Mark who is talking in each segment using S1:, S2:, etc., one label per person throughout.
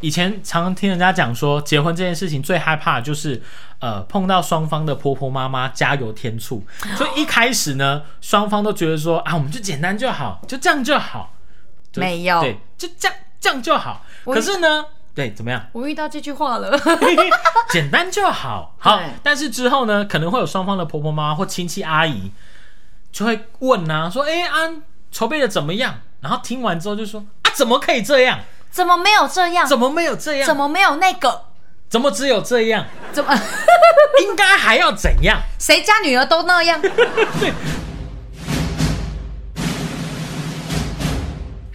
S1: 以前常听人家讲说，结婚这件事情最害怕的就是呃碰到双方的婆婆妈妈加油添醋，所以一开始呢，双方都觉得说啊，我们就简单就好，就这样就好，就
S2: 没有
S1: 对，就这样这样就好。
S2: 我
S1: 可是呢，对，怎么样？
S2: 我遇到这句话了，
S1: 简单就好。好
S2: 对，
S1: 但是之后呢，可能会有双方的婆婆妈妈或亲戚阿姨就会问啊，说：“哎、安、筹备的怎么样？”然后听完之后就说：“啊，怎么可以这样？
S2: 怎么没有这样？
S1: 啊怎么没有这样？
S2: 怎么没有那个？
S1: 怎么只有这样？
S2: 怎么
S1: 应该还要怎样
S2: 谁家女儿都那 样？？”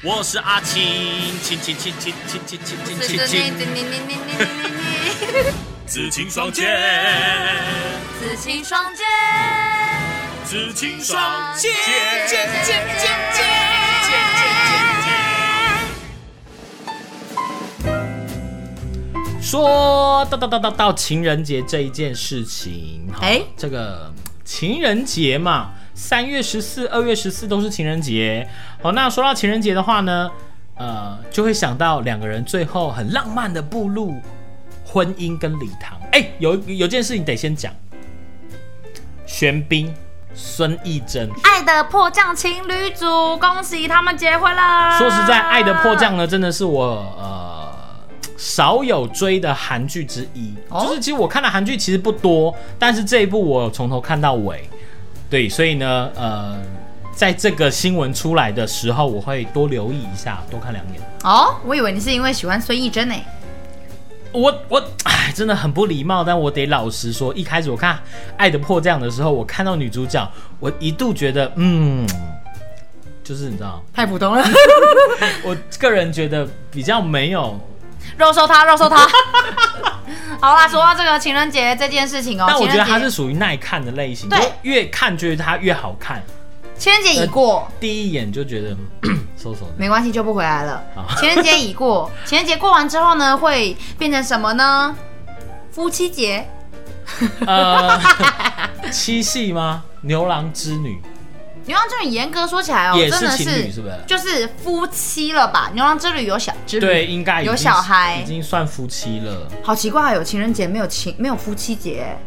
S1: 我是阿青，青青青青青青青青青青，紫青双剑，
S2: 紫青双剑，
S1: 紫青
S2: 双剑
S1: 剑剑剑剑剑说到到到到到情人节这一件事情，哈
S2: 哎
S1: 这个情人节嘛，三月十四、二月十四都是情人节。好，那说到情人节的话呢，呃，就会想到两个人最后很浪漫的步入婚姻跟礼堂。哎，有有件事情得先讲，玄彬、孙艺珍。
S2: 爱的迫降情侣组，恭喜他们结婚了。
S1: 说实在，《爱的迫降》呢，真的是我呃少有追的韩剧之一。
S2: 哦
S1: 就是其实我看的韩剧其实不多，但是这一部我从头看到尾。对，所以呢，呃，在这个新闻出来的时候，我会多留意一下，多看两眼。
S2: 哦，我以为你是因为喜欢孙艺珍呢。
S1: 我我哎，真的很不礼貌，但我得老实说，一开始我看《爱的迫降》的时候，我看到女主角，我一度觉得，嗯，就是你知道，
S2: 太普通了，
S1: 我个人觉得比较没有
S2: 肉收他，肉收他。 好啦，说到这个情人节这件事情哦，
S1: 但我觉得
S2: 情
S1: 它
S2: 人
S1: 是
S2: 节
S1: 属于耐看的类型，
S2: 对
S1: 就越看觉得它越好看，
S2: 情人节已过，
S1: 第一眼就觉得嗯 收手的。
S2: 没关系，就不回来了
S1: 好。
S2: 情人节已过， 情人节过完之后呢，会变成什么呢？夫妻节，
S1: 呃，七系吗？牛郎织女
S2: 牛郎织女严格说起来哦，
S1: 也
S2: 真
S1: 是
S2: 的
S1: 情侣，是不是？
S2: 就是夫妻了吧？牛郎织女有小织女，
S1: 对，，应该已经
S2: 有小孩
S1: 已经算夫妻了。
S2: 好奇怪哦，有情人节没有情没有夫妻节，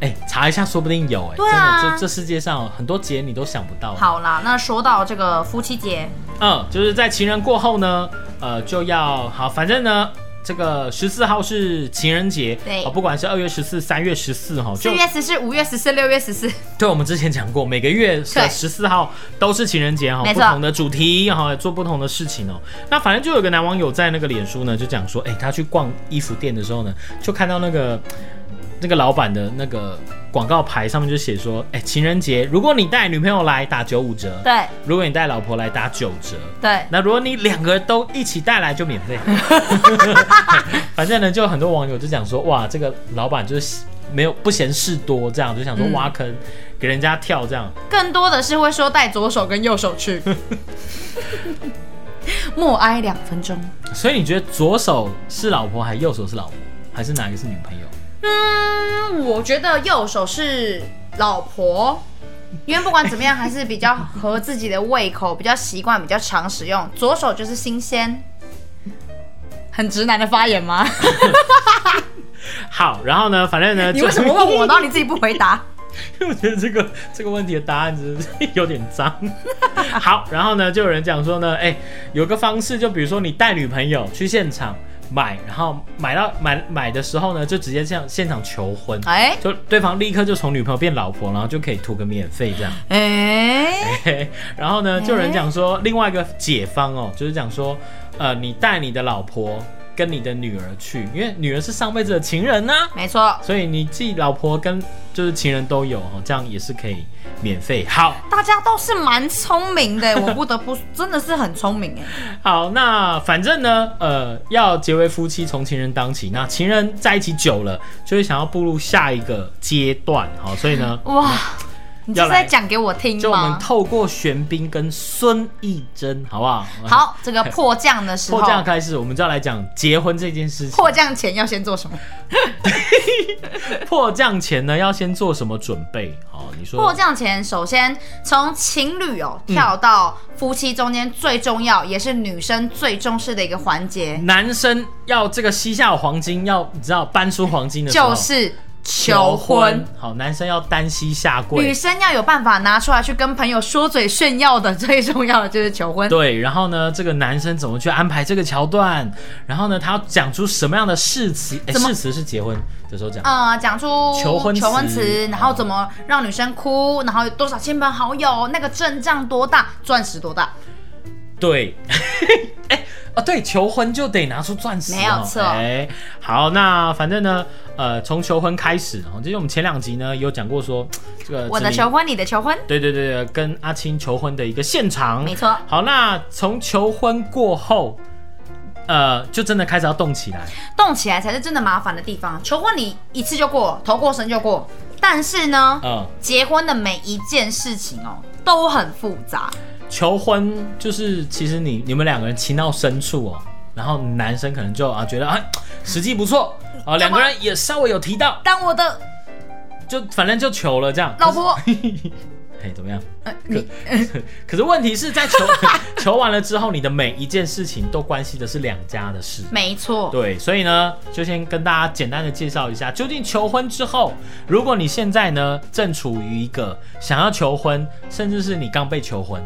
S1: 哎、查一下，说不定有哎、
S2: 对啊
S1: 真的，这这世界上很多节你都想不到。，
S2: 好啦，那说到这个夫妻节，
S1: 嗯，就是在情人过后呢，呃，就要好，反正呢，这个十四号是情人节，
S2: 对
S1: 哦不管是二月十四、三月十四哈，
S2: 四
S1: 就
S2: 月十四、五月十四、六月 十四，
S1: 对，我们之前讲过，每个月的
S2: 对
S1: 十四号都是情人节哈，
S2: 没
S1: 不
S2: 错
S1: 同的主题哈，做不同的事情哦。那反正就有个男网友在那个脸书呢，就讲说，哎、他去逛衣服店的时候呢，就看到那个那个老板的那个广告牌上面就写说，哎、情人节如果你带女朋友来打九五折，
S2: 对
S1: 如果你带老婆来打九折。
S2: 对，
S1: 那如果你两个都一起带来就免 费，反正呢，就很多网友就讲说，哇，这个老板就是没有不嫌事多，这样就想说
S2: 嗯
S1: 挖坑、给人家跳这样。
S2: 更多的是会说带左手跟右手 去，默哀两分钟。
S1: 所以你觉得左手是老婆，还右手是老婆，还是哪一个是女朋友？
S2: 嗯，我觉得右手是老婆，因为不管怎么样，还是比较合自己的胃口，比较习惯，比较常使用。左手就是新鲜，很直男的发言吗？
S1: 好，然后呢，反正呢，
S2: 你
S1: 就
S2: 为什么问我？然后你自己不回答？
S1: 因为我觉得这个这个问题的答案只是 有点脏。好，然后呢，就有人讲说呢，哎、有个方式，就比如说你带女朋友去现场买，然后买到买买的时候呢，就直接这样现场求婚。
S2: 哎
S1: 就对方立刻就从女朋友变老婆，然后就可以图个免费这样。
S2: 哎，
S1: 嘿然后呢，
S2: 哎
S1: 就有人讲说，另外一个解方哦，就是讲说，呃，你带你的老婆跟你的女儿去，因为女儿是上辈子的情人呐、
S2: 没错，
S1: 所以你既老婆跟就是情人都有哦，这样也是可以免费。好，
S2: 大家都是蛮聪明的，我不得不真的是很聪明哎。
S1: 好，那反正呢，呃，要结为夫妻，从情人当起。那情人哦
S2: 嗯
S1: 在一起久了，就会想要步入下一个阶段，好，所以呢，
S2: 哇，你这
S1: 要
S2: 是在
S1: 来，
S2: 讲给我听
S1: 就我们
S2: 吗？
S1: 透过玄彬跟孙艺珍，好不好？，
S2: 好，这个 迫降的时候
S1: 迫，降开始，我们就要来讲结婚这件事情。
S2: 迫降前要先做什么？
S1: 迫降前呢，要先做什么准备？好，你说
S2: 迫降前，首先从情侣哦跳到夫妻中间最重要，也是女生最重视的一个环节，
S1: 男生要这个膝下有黄金，要你知道搬出黄金的时候
S2: 就是求婚。。
S1: 好，男生要单膝下
S2: 女
S1: 跪。
S2: 生要有办法拿出来去跟朋友说嘴炫耀的，最重要的就是求婚。
S1: 对，然后呢，这个男生怎么去安排这个桥段？然后呢，他要讲出什么样的誓词？哎，
S2: 怎么
S1: 誓词是结婚的时候讲。
S2: 呃，讲出
S1: 求婚词
S2: 求婚词，然后
S1: 哦
S2: 怎么让女生哭，然后有多少亲朋好友，那个阵仗多大，钻石多大，
S1: 对， 哎、啊，对，求婚就得拿出钻石、哦，
S2: 没有错
S1: 哎，好，那反正呢，呃，从求婚开始，哦，就是我们前两集呢有讲过说，这个
S2: 我的
S1: 子
S2: 求
S1: 明，
S2: 婚，你的求婚，
S1: 对对对对，跟阿青求婚的一个现场，
S2: 没错
S1: 好，那从求婚过后，呃，就真的开始要动起来，
S2: 动起来才是真的麻烦的地方。求婚你一次就过，头过身就过，但是呢，
S1: 嗯、
S2: 结婚的每一件事情哦都很复杂，
S1: 求婚就是其实你你们两个人情到深处哦，然后男生可能就啊觉得啊时机不错
S2: 嗯
S1: 啊，两个人也稍微有提到，
S2: 当我的
S1: 就反正就求了这样，
S2: 老婆，
S1: 哎，怎么样？
S2: 呃
S1: 可
S2: 你
S1: 可是 问题是 在求求完了之后，你的每一件事情都关系的是两家的事。
S2: 没错，
S1: 对，所以呢，就先跟大家简单的介绍一下，究竟求婚之后，如果你现在呢正处于一个想要求婚，甚至是你刚被求婚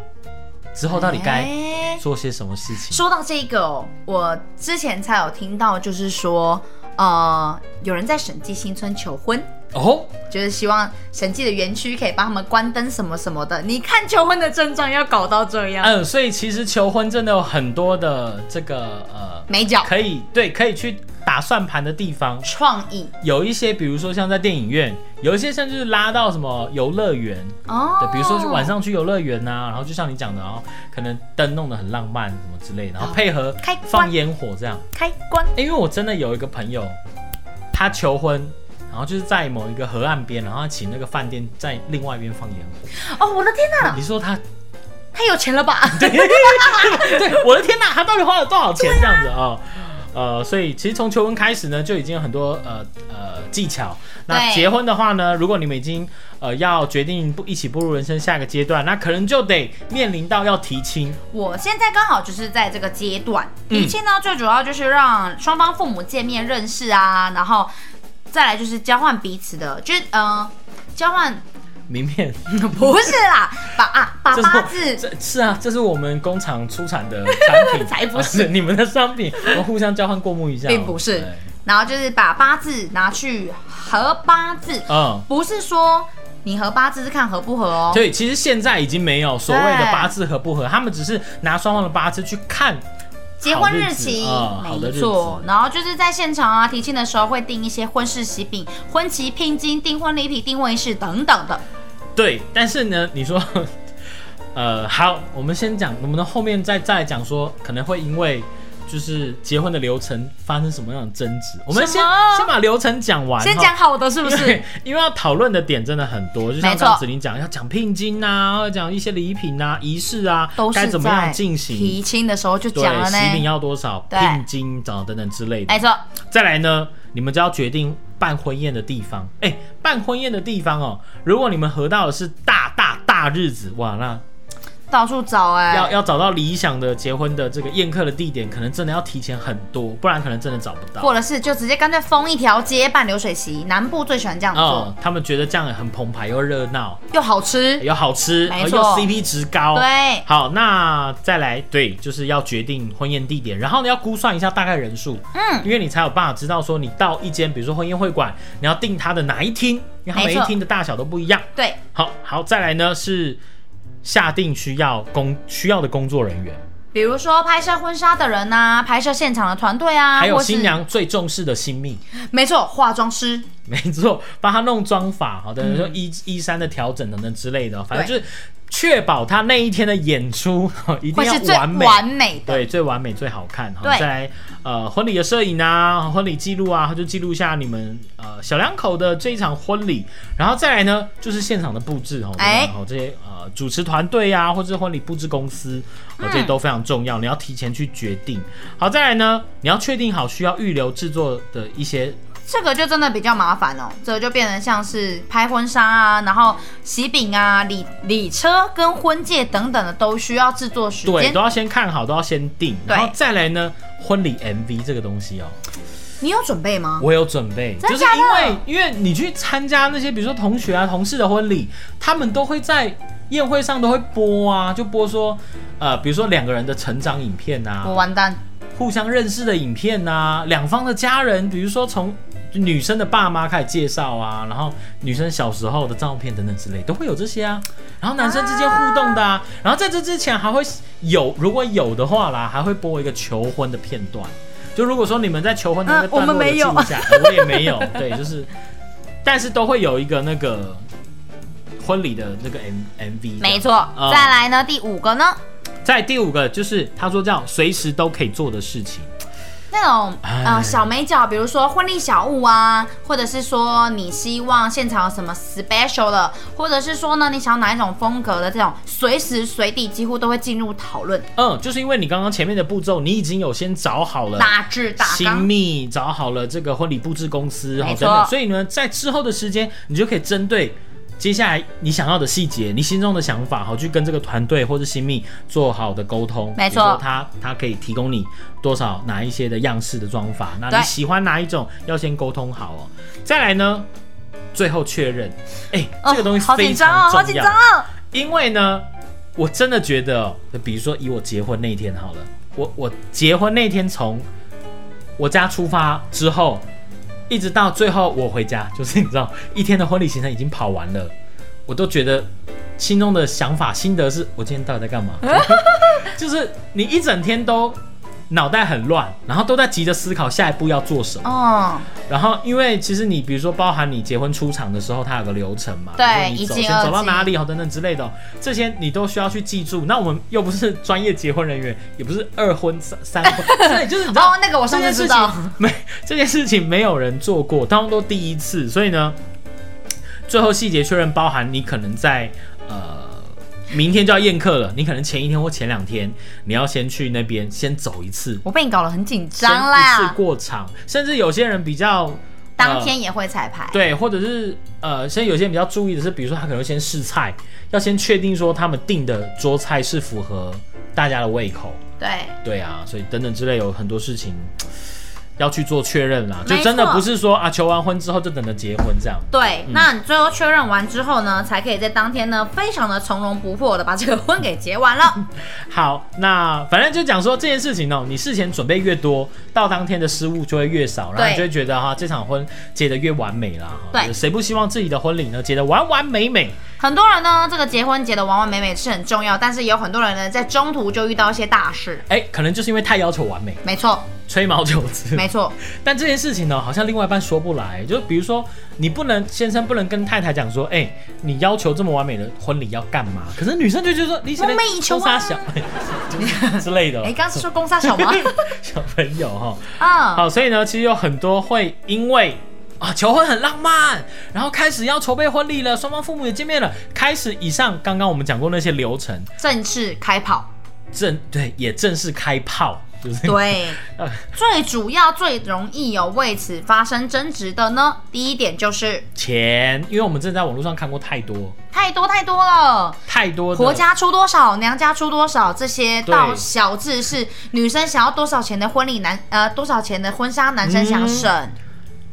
S1: 之后，哦到底该
S2: 哎
S1: 做些什么事情？
S2: 说到这个哦，我之前才有听到，就是说，呃，有人在审计新村求婚，
S1: 哦，
S2: 就是希望审计的园区可以帮他们关灯什么什么的。你看求婚的症状要搞到这样，
S1: 嗯，所以其实求婚真的有很多的这个呃，
S2: 没脚
S1: 可以对，可以去打算盘的地方。
S2: 创意
S1: 有一些，比如说像在电影院，有一些甚至拉到什么游乐园，
S2: 哦。
S1: 对，比如说去晚上去游乐园呐、然后就像你讲的，然后可能灯弄得很浪漫什么之类的，然后配合
S2: 开关
S1: 放烟火这样。
S2: 开关，
S1: 因为我真的有一个朋友，他求婚，然后就是在某一个河岸边，然后他请那个饭店在另外一边放烟火。
S2: 哦，我的天哪，
S1: 你说他，
S2: 太有钱了吧？
S1: 对，我的天哪，他到底花了多少钱这样子啊、哦呃，所以其实从求婚开始呢，就已经有很多呃呃技巧。那
S2: 对
S1: 结婚的话呢，如果你们已经呃要决定不一起步入人生下一个阶段，那可能就得面临到要提亲。
S2: 我现在刚好就是在这个阶段，
S1: 嗯
S2: 一切呢最主要就是让双方父母见面认识啊，然后再来就是交换彼此的，就是呃，交 换
S1: 名片，
S2: 不是啦，把啊把
S1: 这是
S2: 八
S1: 我
S2: 字
S1: 这是啊，这是我们工厂出产的产品，
S2: 才不是
S1: 啊 你们的商品，我们互相交换过目一下哦，
S2: 并不是
S1: 对
S2: 然后就是把八字拿去合八字，
S1: 嗯。
S2: 不是说你合八字是看合不合哦。
S1: 对，其实现在已经没有所谓的
S2: 对
S1: 八字合不合，他们只是拿双方的八字去看
S2: 结婚日
S1: 好日
S2: 期、
S1: 子嗯好的
S2: 没
S1: 日子
S2: 错，然后就是在现场啊，提亲的时候会订一些婚事喜饼、婚期聘金、订婚礼品、订婚仪式等等的。
S1: 对，但是呢，你说， 呃，好，我们先讲，我们的后面再再来讲说，可能会因为就是结婚的流程发生什么样的争执，我们
S2: 什
S1: 先
S2: 么
S1: 先把流程讲完，
S2: 先
S1: 哈
S2: 讲好的是不是
S1: 对？，因为要讨论的点真的很多，就像
S2: 没错
S1: 刚子林讲，要讲聘金啊，要讲一些礼品啊、仪式啊
S2: 都，
S1: 该
S2: 是
S1: 怎么样
S2: 在
S1: 进
S2: 提
S1: 行，
S2: 亲的时候就
S1: 对
S2: 讲了，
S1: 喜饼
S2: 呢。哎
S1: 要多少，
S2: 对
S1: 聘金等等等之类的
S2: 没。错，
S1: 再来呢，你们就要决定办婚宴的地方。哎、办婚宴的地方哦，如果你们合到的是大大大日子，哇，那
S2: 到处找哎、
S1: 要要找到理想的结婚的这个宴客的地点，可能真的要提前很多，不然可能真的找不到。
S2: 或者是就直接干脆封一条街办流水席，南部最喜欢这样做，
S1: 哦，他们觉得这样很澎湃又热闹，
S2: 又好吃。
S1: 又好吃，
S2: 没
S1: 呃
S2: 错
S1: 又 CP 值高。
S2: 对，
S1: 好，那再来，对，就是要决定婚宴地点，然后呢要估算一下大概人数，
S2: 嗯，
S1: 因为你才有办法知道说你到一间，比如说婚宴会馆，你要订它的哪一厅，因为它
S2: 没
S1: 每一
S2: 错
S1: 厅的大小都不一样。
S2: 对，
S1: 好好，再来呢是下定需要工需要的工作人员，
S2: 比如说拍摄婚纱的人呐、拍摄现场的团队啊，
S1: 还有
S2: 或是
S1: 新娘最重视的新 密，
S2: 没错，化妆师嗯
S1: 没错，帮她弄妆法，好的，说衣衣衫的调整等等之类的，反正就是确保他那一天的演出 一定
S2: 会
S1: 要
S2: 是最
S1: 完美，
S2: 完美的。
S1: 对，最完美、最好看。好
S2: 对
S1: 再来，呃，婚礼的摄影啊，婚礼记录啊，就记录下你们呃小两口的这一场婚礼。然后再来呢，就是现场的布置哦，
S2: 哎
S1: 然后这些呃主持团队啊，或者是婚礼布置公司，哦，
S2: 嗯
S1: 这些都非常重要，你要提前去决定。好，再来呢，你要确定好需要预留制作的一些
S2: 这个就真的比较麻烦哦，这个就变成像是拍婚纱啊，然后喜饼啊、礼礼车跟婚戒等等的都需要制作时
S1: 对，
S2: 间
S1: 都。要先看好，都要先定，
S2: 对
S1: 然后再来呢，婚礼 MV 这个东西哦，
S2: 你有准备吗？
S1: 我有准备，
S2: 真
S1: 就是
S2: 假
S1: 因为
S2: 的
S1: 因为你去参加那些比如说同学啊、同事的婚礼，他们都会在宴会上都会播啊，就播说呃，比如说两个人的成长影片啊，
S2: 我完蛋，
S1: 互相认识的影片呐、两方的家人，比如说从女生的爸妈开始介绍啊，然后女生小时候的照片等等之类，都会有这些啊。然后男生之间互动的啊，然后在这之前还会有，如果有的话啦，还会播一个求婚的片段。就如果说你们在求婚的那个
S2: 嗯我
S1: 段
S2: 们
S1: 落有
S2: 没
S1: 记
S2: 有
S1: 录下来，我也没有， 对，就是，但是都会有一个那个婚礼的那个 M，M M MV 的。
S2: 没错。
S1: 嗯
S2: 再来呢，第五个呢，
S1: 在第五个就是他说叫随时都可以做的事情。
S2: 那种
S1: 哎
S2: 呃小美角，比如说婚礼小物啊，或者是说你希望现场有什么 special 的，或者是说呢你想要哪一种风格的这种，随时随地几乎都会进入讨论，
S1: 嗯，就是因为你刚刚前面的步骤，你已经有先找好了。
S2: 大致大
S1: 新
S2: 纲。
S1: 呃密找好了这个婚礼布置公司，哦
S2: 没
S1: 等
S2: 错
S1: 等，所以呢，在之后的时间，你就可以针对接下来你想要的细节，你心中的想法，好去跟这个团队或者新密做好的沟通。比
S2: 没错
S1: 如说他他可以提供你多少哪一些的样式的妆法，那你
S2: 对
S1: 喜欢哪一种，要先沟通好哦。再来呢，最后确认，哎、这个东西
S2: 哦、好
S1: 非
S2: 紧张
S1: 常
S2: 哦，好
S1: 重
S2: 紧
S1: 要。
S2: 张哦。
S1: 因为呢，我真的觉得哦，比如说以我结婚那天好了，我我结婚那天从我家出发之后，一直到最后我回家，就是你知道一天的婚礼行程已经跑完了，我都觉得心中的想法心得是我今天到底在干嘛？ 就是你一整天都脑袋很乱，然后都在急着思考下一步要做什么。
S2: 哦，
S1: 然后，因为其实你比如说，包含你结婚出场的时候，它有个流程嘛，
S2: 对
S1: 比如说你走
S2: 一进
S1: 先
S2: 二
S1: 走到
S2: 进
S1: 哪里，好等等之类的哦、这些你都需要去记住。那我们又不是专业结婚人员，也不是二婚三三 婚，对，就是你知道
S2: 哦，那个我
S1: 这
S2: 上
S1: 件
S2: 次
S1: 事
S2: 知
S1: 情
S2: 道。
S1: 没这件事情没有人做过，当中都第一次，所以呢，最后细节确认包含你可能在呃。明天就要宴客了，你可能前一天或前两天，你要先去那边先走一次，
S2: 我被你搞得很紧
S1: 先
S2: 张
S1: 一次
S2: 啦，
S1: 过场，甚至有些人比较
S2: 当
S1: 呃
S2: 天也会彩排。
S1: 对，或者是呃，现在有些人比较注意的是，比如说他可能会先试菜，要先确定说他们订的桌菜是符合大家的胃口。
S2: 对，
S1: 对啊，所以等等之类有很多事情要去做确认啦，就
S2: 没
S1: 真的
S2: 错
S1: 不是说啊求完婚之后就等着结婚这样。
S2: 对，那你最后确认完之后呢，才可以在当天呢，非常的从容不迫的把这个婚给结完了。
S1: 好，那反正就讲说这件事情哦，你事前准备越多，到当天的失误就会越少，然后
S2: 对
S1: 你就会觉得哈、这场婚结得越完美啦。哈
S2: 对
S1: 谁不希望自己的婚礼呢结得完完美美？
S2: 很多人呢，这个结婚结的完完美美是很重要，但是也有很多人呢，在中途就遇到一些大事。
S1: 哎，可能就是因为太要求完美，
S2: 没错，
S1: 吹毛求疵。
S2: 没错，
S1: 但这件事情呢，好像另外一半说不来，就比如说，你不能先生不能跟太太讲说，哎、你要求这么完美的婚礼要干嘛？可是女生就觉得说，你
S2: 梦寐以求啊
S1: 小 之类的哦
S2: 哎，刚刚是说公杀 小吗？
S1: 小朋友哈。
S2: 嗯，
S1: 好，所以呢，其实有很多会因为啊求婚很浪漫，然后开始要筹备婚礼了，双方父母也见面了，开始以上刚刚我们讲过那些流程，
S2: 正式开跑。
S1: 正对也正式开炮，就是
S2: 对
S1: 呃，
S2: 最主要最容易有为此发生争执的呢，第一点就是
S1: 钱，因为我们真的在网络上看过太多
S2: 太多太多了。
S1: 太多的
S2: 婆家出多少，娘家出多少，这些
S1: 对
S2: 到小至是女生想要多少钱的婚礼男，呃，多少钱的婚纱，男生想省。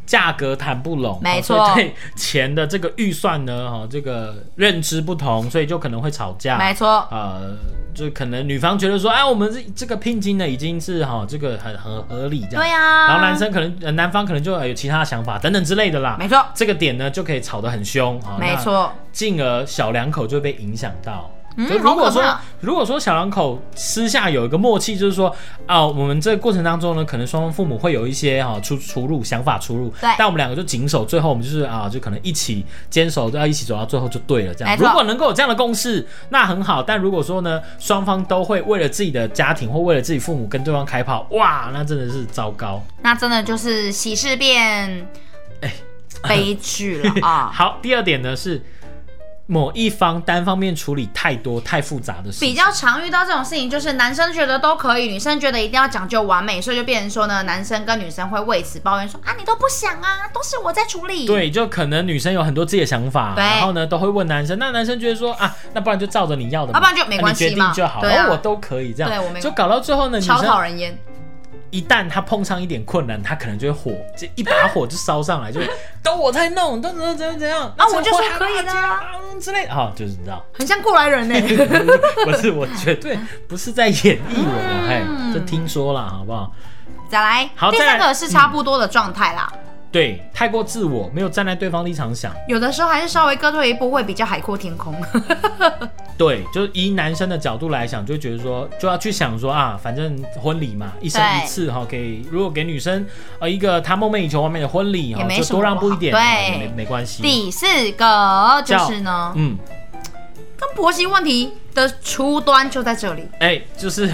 S1: 价格谈不拢，
S2: 没
S1: 哦所以
S2: 错
S1: 对钱的这个预算呢，哈、这个认知不同，所以就可能会吵架。
S2: 没错，
S1: 呃，就可能女方觉得说，哎，我们这这个聘金呢已经是哈、这个很很合理这样。
S2: 对呀、
S1: 然后男生可能、呃男方可能就有其他的想法等等之类的啦。
S2: 没错，
S1: 这个点呢就可以吵得很凶啊。哦
S2: 没，错，
S1: 那进而小两口就被影响到。
S2: 嗯
S1: 就如果说
S2: 好可怕
S1: 如果说小两口私下有一个默契，就是说啊，我们这个过程当中呢，可能双方父母会有一些哈、出出入想法出入，
S2: 对
S1: 但我们两个就紧守，最后我们就是啊，就可能一起坚守，啊都要一起走到最后就对了。这样，
S2: 没错
S1: 如果能够有这样的共识，那很好。但如果说呢，双方都会为了自己的家庭或为了自己父母跟对方开炮，哇，那真的是糟糕。
S2: 那真的就是喜事变
S1: 哎
S2: 悲剧了 啊，
S1: 好，第二点呢是某一方单方面处理太多太复杂的事情，
S2: 比较常遇到这种事情，就是男生觉得都可以，女生觉得一定要讲究完美，所以就变成说呢，男生跟女生会为此抱怨说啊，你都不想啊，都是我在处理。，
S1: 对，就可能女生有很多自己的想法，
S2: 对
S1: 然后呢都会问男生，那男生觉得说啊，那不然就照着你要的嘛，
S2: 要不然就没
S1: 啊
S2: 关系
S1: 你决定
S2: 嘛
S1: 就好，
S2: 对啊
S1: 哦我都可以这样，
S2: 对我没
S1: 就搞到最后呢，女
S2: 超讨
S1: 生
S2: 人厌。
S1: 一旦她碰上一点困难，她可能就会火，这一把火就烧上来，就都我在弄，都怎么怎么怎样，
S2: 啊
S1: 这
S2: 我就
S1: 会
S2: 说
S1: 害
S2: 可以
S1: 大
S2: 的啊
S1: 家嗯之类的，好，就是你知道，
S2: 很像过来人呢、
S1: 不是我绝对不是在演绎我，嘿，
S2: 嗯
S1: 这听说啦，好不好？
S2: 再来，
S1: 好
S2: 第
S1: 再来
S2: 三个是差不多的状态啦。
S1: 对，太过自我，没有站在对方立场想。
S2: 有的时候还是稍微各退一步会比较海阔天空。
S1: 对，就是以男生的角度来想，就会觉得说，就要去想说啊，反正婚礼嘛，一生
S2: 对
S1: 一次哈、给如果给女生呃一个她梦寐以求完美的婚礼哈、
S2: 也没
S1: 就
S2: 什
S1: 多
S2: 么
S1: 让
S2: 不
S1: 步一
S2: 好
S1: 点，
S2: 对
S1: 啊也没没关系。
S2: 第四个就是呢，
S1: 嗯，
S2: 跟婆媳问题的初端就在这里。
S1: 哎、就是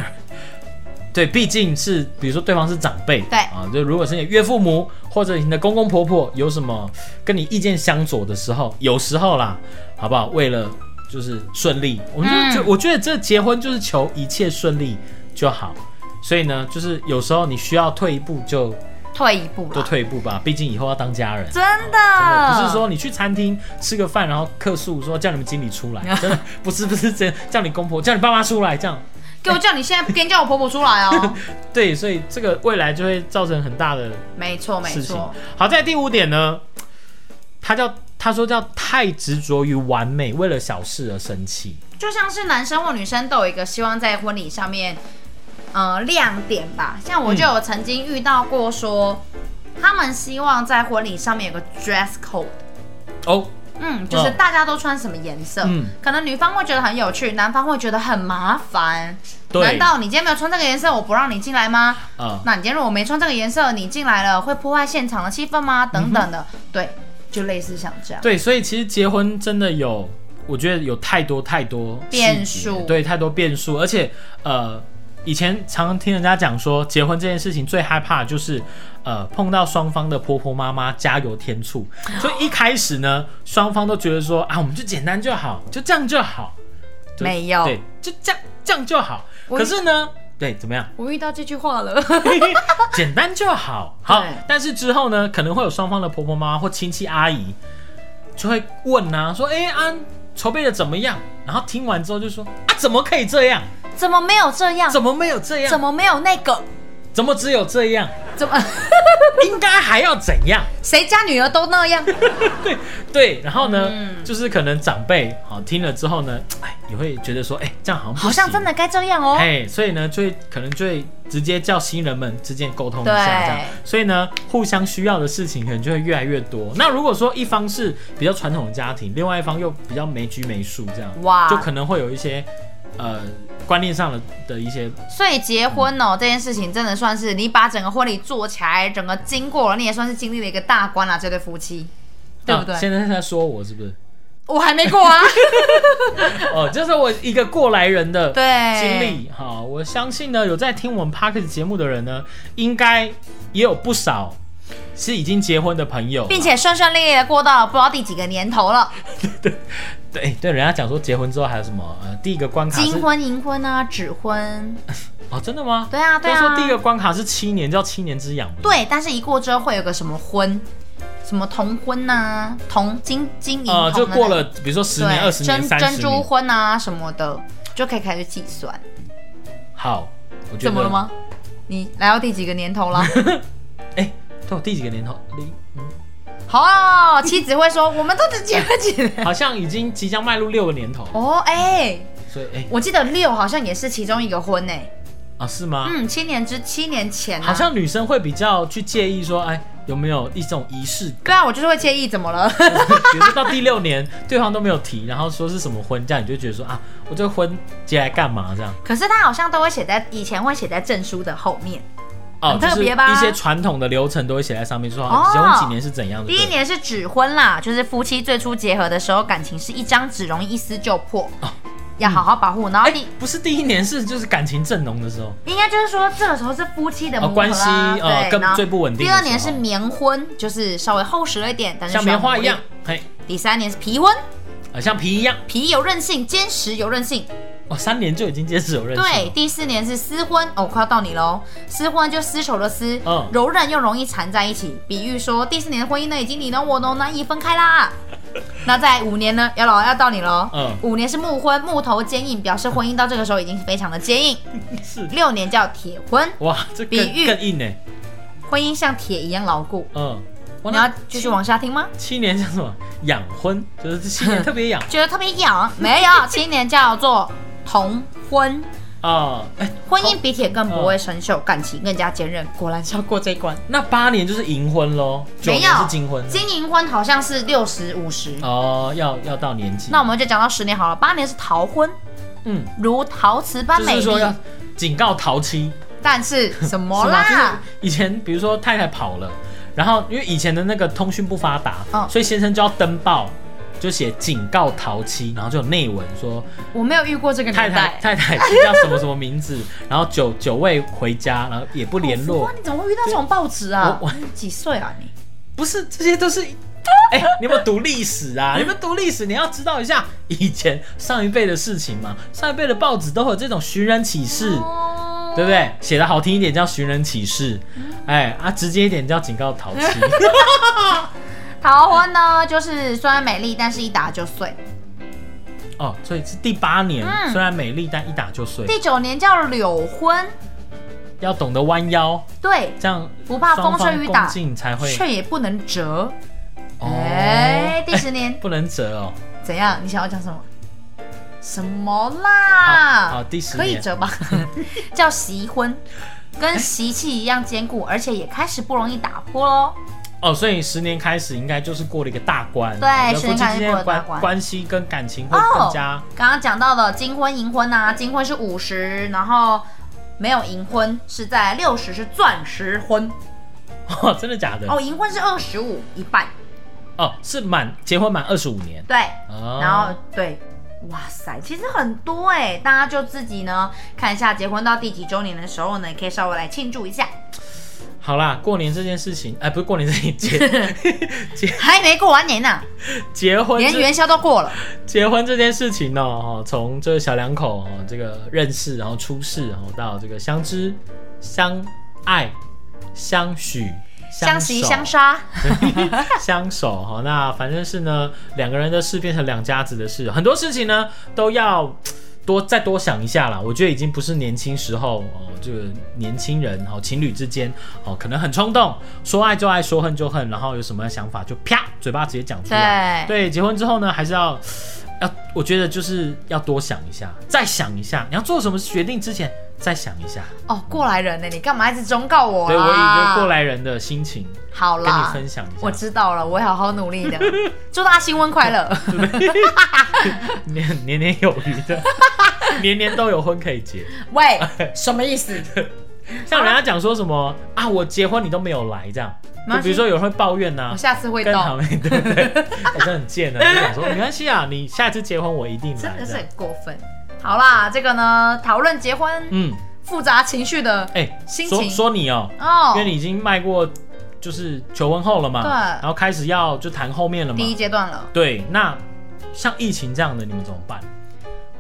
S1: 对，毕竟是比如说对方是长辈，
S2: 对
S1: 啊，就如果是你的岳父母或者你的公公婆婆有什么跟你意见相左的时候，有时候啦，好不好？为了就是顺利，我们就、
S2: 嗯
S1: 就我觉得这结婚就是求一切顺利就好。所以呢，就是有时候你需要退一步就
S2: 退一步
S1: 就
S2: 了，
S1: 退一步吧，毕竟以后要当家人。
S2: 真
S1: 真的
S2: 的
S1: 不是说你去餐厅吃个饭，然后客诉说叫你们经理出来，真的不是不是真的叫你公婆叫你爸妈出来这样，
S2: 给我叫你现在边叫我婆婆出 来哦。
S1: 对，所以这个未来就会造成很大的
S2: 没错没
S1: 事情
S2: 错，。
S1: 好在第五点呢，他叫他说叫太执着于完美，为了小事而生气。
S2: 就像是男生或女生都有一个希望在婚礼上面，呃，亮点吧。像我就有曾经遇到过说，他们希望在婚礼上面有个 dress code。
S1: 哦，
S2: 嗯，就是
S1: 嗯
S2: 大家都穿什么颜色，
S1: 嗯
S2: 可能女方会觉得很有趣，男方会觉得很麻烦。
S1: 对
S2: 难道你今天没有穿这个颜色，我不让你进来吗？
S1: 啊、
S2: 那你今天如果没穿这个颜色，你进来了会破坏现场的气氛吗？等等的，
S1: 嗯
S2: 对，就类似像这样。
S1: 对，所以其实结婚真的有，我觉得有太多太多细节
S2: 变数
S1: 对，太多变数，而且呃。以前常常听人家讲说，结婚这件事情最害怕的就是，呃，碰到双方的婆婆妈妈加油添醋，所以一开始呢，双方都觉得说啊，我们就简单就好，就这样就好，就
S2: 没有
S1: 对，就这样这样就好。
S2: 我
S1: 可是呢，对，怎么 样？
S2: 我遇到这句话了，
S1: 简单就好。好
S2: 对，
S1: 但是之后呢，可能会有双方的婆婆妈妈或亲戚阿姨就会问啊，说：“哎、啊，筹备的怎么样？”然后听完之后就说：“啊，怎么可以这样？
S2: 怎么没有这样？
S1: 怎么没有这样？
S2: 啊怎
S1: 怎么
S2: 么没有那个？
S1: 只有这样？
S2: 怎么
S1: 应该还要怎样
S2: 谁家女儿都 那样？？”
S1: 对，然后呢，
S2: 嗯
S1: 就是可能长辈好听了之后呢，哎，也会觉得说：“哎、这样好像不
S2: 好像
S1: 行
S2: 真的该这样哦。
S1: 哎，所以呢，就会可能就会直接叫新人们之间沟通一下，
S2: 对
S1: 这样，所以呢，互相需要的事情可能就会越来越多。那如果说一方是比较传统的家庭，另外一方又比较没拘没束，这样，
S2: 哇
S1: 就可能会有一些呃观念上的的一些，
S2: 所以结婚哦、这件事情，真的算是你把整个婚礼做起来，整个经过了，你也算是经历了一个大关啦、这对夫妻，对不对？
S1: 啊现在是在说我是不是？
S2: 我还没 过啊，
S1: 哦，就是我一个过来人的
S2: 对，
S1: 经历哈，我相信呢，有在听我们 p a r k e t 节目的人呢，应该也有不少是已经结婚的朋友，
S2: 并且顺顺利利的过到了不知道第几个年头
S1: 啊
S2: 了，
S1: 对对，人家讲说结婚之后还有什么？呃，第一个关卡是
S2: 金婚、银婚啊，指婚，
S1: 哦，真的吗？
S2: 对啊，对
S1: 都说
S2: 啊，
S1: 第一个关卡是七年，叫七年之痒。
S2: 对，但是一过之后会有个什么婚，什么同婚呐、同金金银
S1: 呃，
S2: 同
S1: 就
S2: 的
S1: 过
S2: 那
S1: 了，比如说十
S2: 对
S1: 年、二十年、
S2: 珍
S1: 三十
S2: 珍
S1: 年。
S2: 珠婚啊什么的，就可以开始计算，
S1: 好，我觉得
S2: 怎么了？吗？你来到第几个年头 了？
S1: 哎，到第几个年头？ 零
S2: 好、啊妻子会说，我们都只结婚几年。
S1: 好像已经即将迈入六个年头，
S2: 哦，哎、
S1: 所以哎
S2: 我记得六好像也是其中一个婚呢、嗯
S1: 啊是吗？
S2: 嗯，七年之七年前、啊，
S1: 好像女生会比较去介意说，哎，有没有一种仪式 感？
S2: 对啊，我就是会介意，怎么了？
S1: 比如说到第六年，对方都没有提，然后说是什么婚，这样你就觉得说啊，我这个婚结来干嘛这样？
S2: 可是他好像都会写在以前会写在证书的后面，
S1: 哦，
S2: 很
S1: 就
S2: 特
S1: 是
S2: 别吧
S1: 一些传统的流程都会写在上面，说
S2: 哦
S1: 啊结婚几年是怎样的。
S2: 第一
S1: 对
S2: 年是哦指婚啦，就是夫妻最初结合的时候，感情是一张纸，容易一撕就破，
S1: 哦
S2: 要好好保护。
S1: 嗯
S2: 然后第、
S1: 哎不是第一年是就是感情正浓的时候，
S2: 应该就是说这个时候是夫妻的磨合、
S1: 哦
S2: 啊
S1: 关系呃
S2: 对，
S1: 更
S2: 然后
S1: 最不稳定的
S2: 第
S1: 时候
S2: 二年是棉婚，就是稍微厚实了一点，但是
S1: 像
S2: 需要
S1: 棉花
S2: 努
S1: 一
S2: 力
S1: 样，嘿，
S2: 第三年是皮婚，
S1: 呃，像皮一样，
S2: 皮有韧性，坚实有韧性。
S1: 哦，三年就已经坚持有认识了。
S2: 对，第四年是私婚，哦，快要到你喽。私婚就丝绸的丝，
S1: 嗯
S2: 柔韧又容易缠在一起。比喻说，第四年的婚姻呢，已经你侬我侬难以分 开啦。那在五年呢，要喽，要到你喽。
S1: 嗯
S2: 五年是木婚，木头坚硬，表示婚姻到这个时候已经非常的坚硬。
S1: 是，
S2: 六年叫铁婚，
S1: 哇，这更
S2: 比喻
S1: 更硬呢。
S2: 婚姻像铁一样牢固。
S1: 嗯，哇
S2: 你
S1: 那
S2: 要继续往下听吗？
S1: 七年叫什么养婚，就是七年特别 养
S2: 觉得特别痒？没有，七年叫做同婚。
S1: 啊。哎，
S2: 婚姻比铁更不会生锈，
S1: 嗯
S2: 感情更加坚韧。果然是要过这一关。
S1: 那八年就是银婚喽，九
S2: 没
S1: 年
S2: 有
S1: 是金婚。
S2: 金银婚好像是六十五十，
S1: 哦，要要到年纪。
S2: 那我们就讲到十年好了。八年是桃婚，
S1: 嗯，
S2: 如陶瓷般
S1: 就
S2: 美
S1: 是说要
S2: 丽。
S1: 警告淘妻，
S2: 但是什么
S1: 是吗
S2: 啦？
S1: 就是以前比如说太太跑了，然后因为以前的那个通讯不发达，
S2: 嗯
S1: 所以先生就要登报，就写警告淘妻，然后就有内文说
S2: 我没有遇过这个
S1: 太
S2: 年
S1: 太
S2: 代。
S1: 太太叫什么什么名字，然后久久未回家，然后也不联络
S2: 哇，。你怎哦么会遇到这种报纸啊？
S1: 我我
S2: 你几岁啊你？
S1: 不是，这些都是。哎、你有没有读历史
S2: 嗯
S1: 啊？你有没有读历史？你要知道一下以前上一辈的事情嘛。上一辈的报纸都会有这种寻人启事，
S2: 哦
S1: 对不对？写的好听一点叫寻人启事，
S2: 嗯
S1: 哎、啊，直接一点叫警告淘 气。
S2: 桃婚呢，就是虽然美丽，但是一打就碎。
S1: 哦，所以是第八年，
S2: 嗯
S1: 虽然美丽，但一打就碎。
S2: 第九年叫柳婚，
S1: 要懂得弯腰，
S2: 对，
S1: 这样
S2: 不怕风吹雨
S1: 双
S2: 打
S1: 方共进才会。
S2: 却也不能折。
S1: 哦，
S2: 哎、第十年、
S1: 不能折哦。
S2: 怎样？你想要讲什么？什么啦？
S1: 好好第十
S2: 啊可以
S1: 年
S2: 折吧？ 叫习婚，跟习气一样坚固，而且也开始不容易打破喽。
S1: 哦，所以十年开始应该就是过了一个大关，
S2: 对
S1: 我们
S2: 十
S1: 夫
S2: 年
S1: 妻
S2: 开
S1: 之
S2: 始
S1: 间
S2: 过
S1: 的
S2: 了大
S1: 关
S2: 关
S1: 关系跟感情会更加。
S2: 刚刚讲到的金婚、银婚啊，金婚是五十，然后没有银婚是在六十，是钻石婚。
S1: 哦，真的假的？哦，哦
S2: 哦，银婚是二十五一半，
S1: 是满结婚满二十五年，
S2: 对，
S1: 哦、
S2: 然后对。哇塞，其实很多哎、大家就自己呢看一下结婚到第几周年的时候呢，也可以稍微来庆祝一下。
S1: 好啦，过年这件事情，哎、不是过年这件结结
S2: 还没过完年呢、
S1: 结婚
S2: 连
S1: 这
S2: 元宵都过了。
S1: 结婚这件事情呢、哦，从这小两口哦这个认识，然后出世，然后到这个相知、相爱、相许、
S2: 相
S1: 守
S2: 惜相杀，
S1: 相守哈。那反正是呢，两个人的事变成两家子的事，很多事情呢都要多再多想一下啦。我觉得已经不是年轻时候哦，这个年轻人哦，情侣之间哦，可能很冲动，说爱就爱，说恨就恨，然后有什么想法就啪，嘴巴直接讲出
S2: 哎
S1: 来。对，结婚之后呢，还是要。要，我觉得就是要多想一下，再想一下，你要做什么决定之前再想一下。
S2: 哦，过来人呢，你干嘛一直忠告我
S1: 所以我以一
S2: 啦？
S1: 个过来人的心情
S2: 好
S1: 跟你
S2: 啦，
S1: 分享一下。
S2: 我知道了，我会好好努 力的。祝大家新婚快乐！
S1: 年年年有余 的，年年都有婚可以结。
S2: 喂，什么意思？
S1: 像人家讲说什么啊，我结婚你都没有来这样，就
S2: 没关系
S1: 比如说有人会抱怨呐、
S2: 我下次会
S1: 跟堂
S2: 动，
S1: 妹对不对？哎真的很贱啊， 就讲说没关系啊，你下次结婚我一定
S2: 真
S1: 来
S2: 的是
S1: 这样
S2: 很。过分。好啦，这个呢，讨论结婚、
S1: 嗯，
S2: 复杂情绪的
S1: 哎、
S2: 心
S1: 说
S2: 情
S1: 说你哦、
S2: 哦
S1: 因为，你已经迈过就是求婚后了嘛，
S2: 对
S1: 然后开始要就谈后面了嘛
S2: 第，一阶段了，
S1: 对，那像疫情这样的你们怎么办？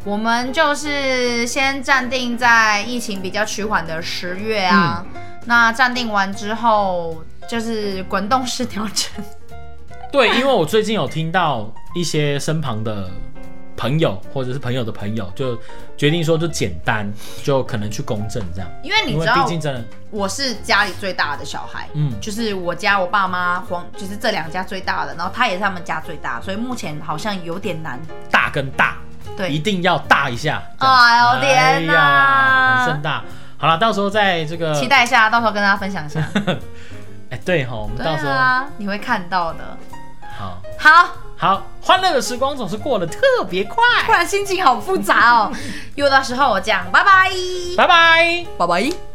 S2: 我们就是先暂定在疫情比较趋缓的十月啊。
S1: 嗯
S2: 那暂定完之后，就是滚动式调整。
S1: 对，因为我最近有听到一些身旁的朋友或者是朋友的朋友，就决定说就简单，就可能去公证这样，
S2: 因为你
S1: 因
S2: 知
S1: 为
S2: 道
S1: 毕，竟真的，
S2: 我是家里最大的小孩，
S1: 嗯
S2: 就是我家我爸妈黄，就是这两家最大的，然后他也是他们家最大，所以目前好像有点难。
S1: 大跟大，一
S2: 对，
S1: 定要大一下。这样
S2: 哎呦天
S1: 哎呀
S2: 哪
S1: 很盛大。好了，到时候在这个
S2: 期待一下，到时候跟大家分享一下。
S1: 哎、哎，对哈，我们
S2: 对
S1: 到时候、
S2: 啊，你会看到的。
S1: 好
S2: 好，
S1: 好，欢乐的时光总是过得特别快，
S2: 突然心情好复杂哦。又到时候我讲，拜拜，
S1: 拜拜。
S2: 拜拜。